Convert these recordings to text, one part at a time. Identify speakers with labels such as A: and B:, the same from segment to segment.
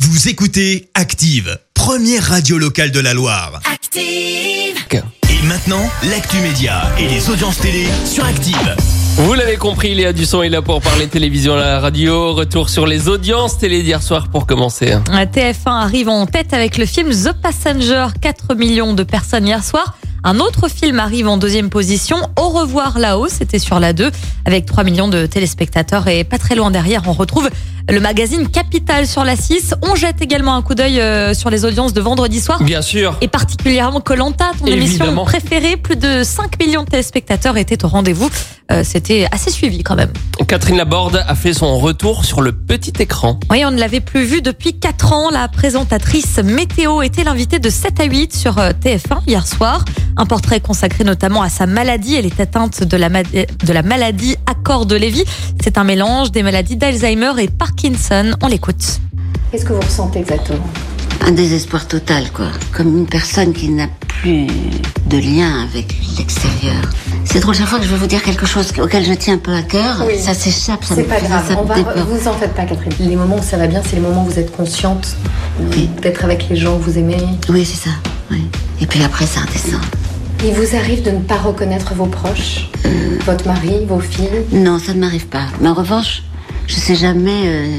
A: Vous écoutez Active, première radio locale de la Loire.
B: Active.
A: Et maintenant, l'actu média et les audiences télé sur Active.
C: Vous l'avez compris, Léa Dusson est là pour parler télévision à la radio. Retour sur les audiences télé d'hier soir pour commencer. hein.
D: La TF1 arrive en tête avec le film The Passenger, 4 millions de personnes hier soir. Un autre film arrive en deuxième position, Au revoir là-haut, c'était sur la 2, avec 3 millions de téléspectateurs et pas très loin derrière, on retrouve le magazine Capital sur la 6. On jette également un coup d'œil euh, sur les audiences de vendredi soir.
C: Bien sûr.
D: Et particulièrement Colanta, ton
C: Évidemment.
D: émission préférée, plus de 5 millions de téléspectateurs étaient au rendez-vous. Euh, c'était assez suivi quand même.
C: Catherine Laborde a fait son retour sur le petit écran.
D: Oui, on ne l'avait plus vue depuis 4 ans. La présentatrice Météo était l'invitée de 7 à 8 sur euh, TF1 hier soir. Un portrait consacré notamment à sa maladie. Elle est atteinte de la, ma- de la maladie accord de Lévy. C'est un mélange des maladies d'Alzheimer et Parkinson. On l'écoute.
E: Qu'est-ce que vous ressentez exactement
F: Un désespoir total, quoi. Comme une personne qui n'a plus de lien avec l'extérieur. C'est drôle, chaque fois que je veux vous dire quelque chose auquel je tiens un peu à cœur,
E: Oui.
F: ça s'échappe, ça me
E: C'est pas
F: fait-
E: grave,
F: ça me
E: on va,
F: dévore.
E: vous en faites pas Catherine. Les moments où ça va bien, c'est les moments où vous êtes consciente
F: Oui.
E: d'être avec les gens que vous aimez.
F: Oui, c'est ça. oui. Et puis après, ça redescend.
E: Il vous arrive de ne pas reconnaître vos proches, votre mari, vos filles.
F: Non, ça ne m'arrive pas. Mais en revanche, je sais jamais euh,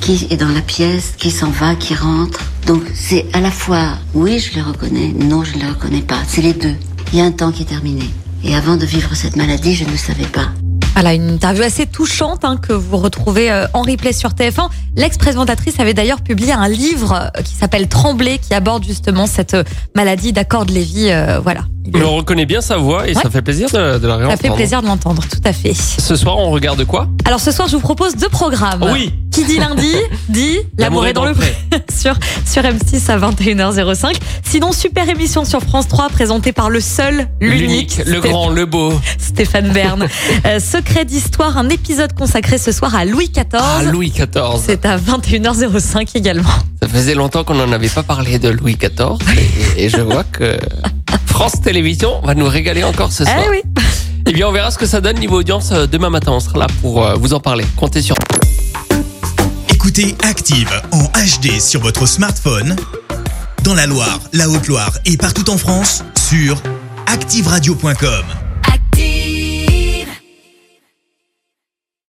F: qui est dans la pièce, qui s'en va, qui rentre. Donc c'est à la fois oui, je les reconnais, non, je ne les reconnais pas. C'est les deux. Il y a un temps qui est terminé. Et avant de vivre cette maladie, je ne le savais pas.
D: Voilà, une interview assez touchante hein, que vous retrouvez euh, en replay sur TF1. L'ex-présentatrice avait d'ailleurs publié un livre euh, qui s'appelle Trembler, qui aborde justement cette euh, maladie d'accord de Lévy. euh, voilà.
C: Mais on reconnaît bien sa voix et
D: Ouais.
C: ça fait plaisir de, de la
D: Ça
C: réentendre.
D: fait plaisir de l'entendre, tout à fait.
C: Ce soir, on regarde quoi
D: Alors ce soir, je vous propose deux programmes.
C: Oui.
D: Qui dit lundi, dit Bah, l'amour est dans le pré sur, sur M6 à 21h05. Sinon, super émission sur France 3 présentée par le seul, l'unique,
C: L'unique, le
D: Stéph-
C: grand, le beau.
D: Stéphane Bern. Euh, Secret d'histoire, un épisode consacré ce soir à Louis XIV.
C: Ah, Louis XIV.
D: C'est à 21h05 également.
C: Ça faisait longtemps qu'on n'en avait pas parlé de Louis XIV. Et, et je vois que France Télévisions va nous régaler encore ce soir.
D: Eh oui.
C: Eh bien, on verra ce que ça donne niveau audience euh, demain matin. On sera là pour euh, vous en parler. Comptez sur
A: Écoutez Active en HD sur votre smartphone, dans la Loire, la Haute-Loire et partout en France, sur activeradio.com.